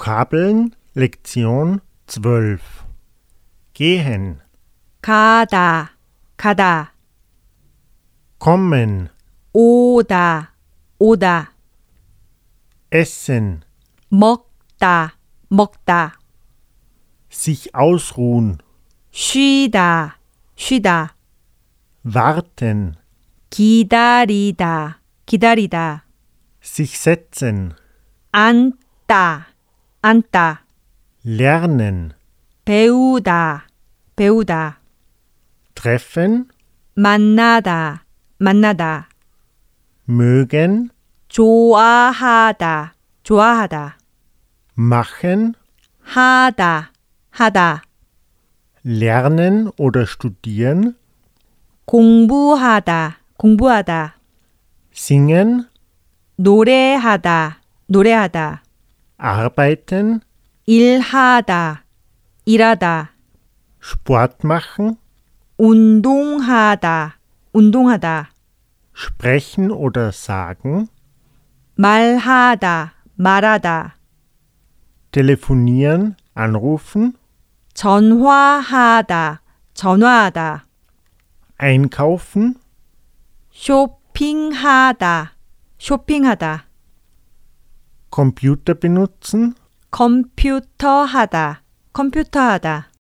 Vokabeln Lektion 12 Gehen, 가다, 가다, kommen, 오다, 오다, essen, 먹다, 먹다, sich ausruhen, 쉬다, 쉬다, warten, 기다리다, 기다리다, sich setzen, 앉다, 앉다, lernen, 배우다, 배우다, treffen, 만나다, 만나다, mögen, 좋아하다, 좋아하다, machen, 하다, 하다, lernen oder studieren, 공부하다, 공부하다. singen, 노래하다, 노래하다, arbeiten, 일하다, 일하다, Sport machen, 운동하다, 운동하다, sprechen oder sagen, 말하다, 말하다, telefonieren, anrufen, 전화하다, 전화하다, einkaufen, 쇼핑하다, 쇼핑하다, Computer benutzen, 컴퓨터하다, 컴퓨터하다,